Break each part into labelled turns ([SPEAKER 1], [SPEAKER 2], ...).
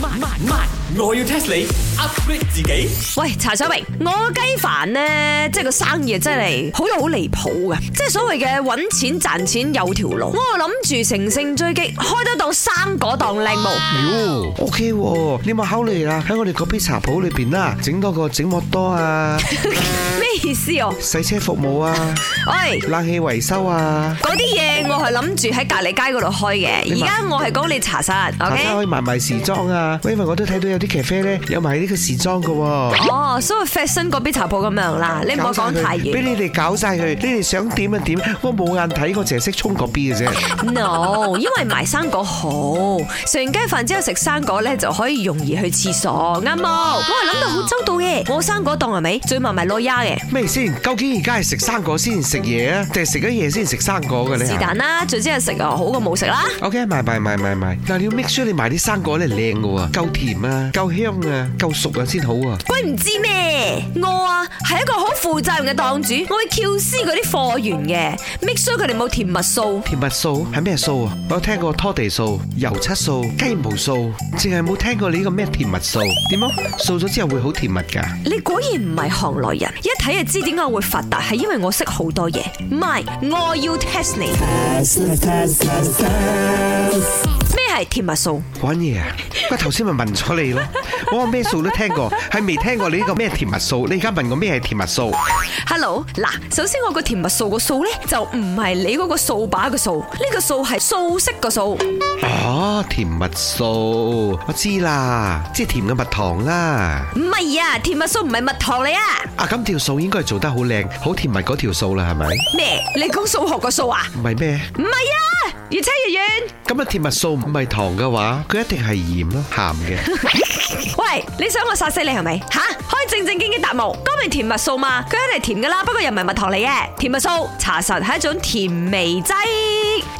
[SPEAKER 1] 慢慢慢，我要 test 你 upgrade 自己。
[SPEAKER 2] 喂，茶水榮，我雞飯呢，即係個生意真係好有好離譜嘅，即係所謂嘅揾錢賺錢有條路。我諗住乘勝追擊，開多檔生果檔靚模。
[SPEAKER 3] 哟，OK 喎，你有冇考慮啊？喺我哋嗰批茶鋪裏邊啦，整多個整莫多啊，
[SPEAKER 2] 咩意思哦？
[SPEAKER 3] 洗車服務啊，
[SPEAKER 2] 喂，
[SPEAKER 3] 冷氣維修啊，
[SPEAKER 2] 嗰啲嘢我係諗住喺隔離街嗰度開嘅，而
[SPEAKER 3] 你問
[SPEAKER 2] 家我係講你茶室
[SPEAKER 3] 大家可
[SPEAKER 2] ，OK？
[SPEAKER 3] 以賣埋時裝啊。喂因為我都睇到有啲咖啡咧有埋呢個時裝噶喎。
[SPEAKER 2] 哦，所以 fashion 嗰邊茶鋪咁樣啦，你唔好講太
[SPEAKER 3] 俾
[SPEAKER 2] 遠。
[SPEAKER 3] 你哋搞晒佢，你哋想點就點，我冇眼睇，我淨係識衝嗰 B 嘅啫。
[SPEAKER 2] No，因為埋生果好，食完雞飯之後食生果咧就可以容易去廁所，啱冇？我係諗到好周到嘅，我生果檔係咪最埋埋攞丫嘅？
[SPEAKER 3] 咩先？究竟而家係食生果先食嘢啊，定係食咗嘢先食生果嘅咧？
[SPEAKER 2] 是但啦，最之係食啊好過冇食啦。
[SPEAKER 3] OK，賣賣賣賣賣，但係你要 make sure 你賣啲生果咧靚嘅喎，夠甜啊，夠香啊，夠熟啊先好啊。
[SPEAKER 2] 鬼唔知咩？我啊係一個好負責任嘅檔主，我會 QC 嗰啲貨源嘅，make sure 佢哋冇甜蜜素。
[SPEAKER 3] 甜蜜素係咩素啊？我有聽過拖地素、油漆素、雞毛素，淨係冇聽過你呢個咩甜蜜素。點啊？掃咗之後會好甜蜜㗎？
[SPEAKER 2] 你果然唔係行內人，一睇就知點解我會發達，係因為我識好多嘢。唔係，我要 test 你。咩係甜蜜素？
[SPEAKER 3] 玩嘢啊！我頭先咪問咗你咯，我話咩素都聽過，係未聽過你呢個咩甜蜜素？你而家問我咩係甜蜜素？
[SPEAKER 2] Hello，嗱，首先我個甜蜜素個數咧就唔係你嗰個掃把嘅數，呢個數係素色個數。
[SPEAKER 3] 哦，甜蜜素，我知啦，即係甜嘅蜜糖啦。
[SPEAKER 2] 唔係啊，甜蜜素唔係蜜糖嚟啊。
[SPEAKER 3] 啊，咁條數應該係做得好靚，好甜蜜嗰條數啦，係咪？
[SPEAKER 2] 咩？你講數學個數啊？
[SPEAKER 3] 唔係咩？
[SPEAKER 2] 唔係啊，越扯越遠。
[SPEAKER 3] 咁啊，甜蜜素唔係糖嘅話，佢一定係鹽咯，鹹嘅。
[SPEAKER 2] 喂，你想我殺死你係咪？吓，可以正正經經答冇，講明甜蜜素嘛，佢一定係甜噶啦，不過又唔係蜜糖嚟嘅。甜蜜素查實係一種甜味劑，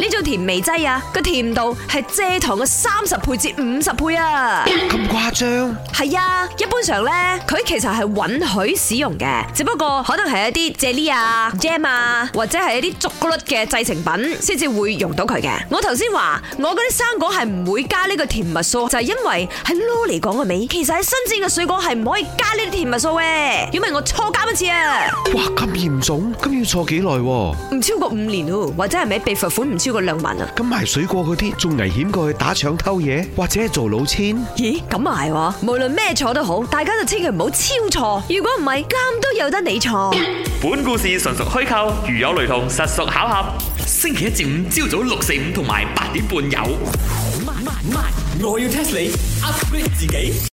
[SPEAKER 2] 呢種甜味劑啊，個甜度係蔗糖嘅三十倍至五十倍啊。
[SPEAKER 3] 咁誇張？
[SPEAKER 2] 係啊，一般上呢，佢其實係允許使用嘅，只不過可能係一啲啫喱啊、jam 啊，或者係一啲朱古力嘅製成品先至會用到佢嘅。我頭先話我嗰啲生果係唔會加呢個甜蜜素，就係因為喺 Loo 嚟講嘅味，其實喺新鮮嘅水果係唔可以加呢啲甜蜜素嘅，因為我錯監一次啊，
[SPEAKER 3] 哇，咁嚴重？咁要坐幾耐喎？
[SPEAKER 2] 唔超過五年咯，或者係咪被罰款唔超過兩萬啊？
[SPEAKER 3] 咁賣水果嗰啲仲危險過去打搶偷嘢，或者係做老千？
[SPEAKER 2] 咦，咁啊係喎，無論咩錯都好，大家就千祈唔好超錯，如果唔係監都有得你錯。
[SPEAKER 4] 本故事純屬虛構，如有雷同，實屬巧合。星期一至五朝早六四五同埋八點半有。
[SPEAKER 1] 慢慢慢，我要 test 你 upgrade 自己。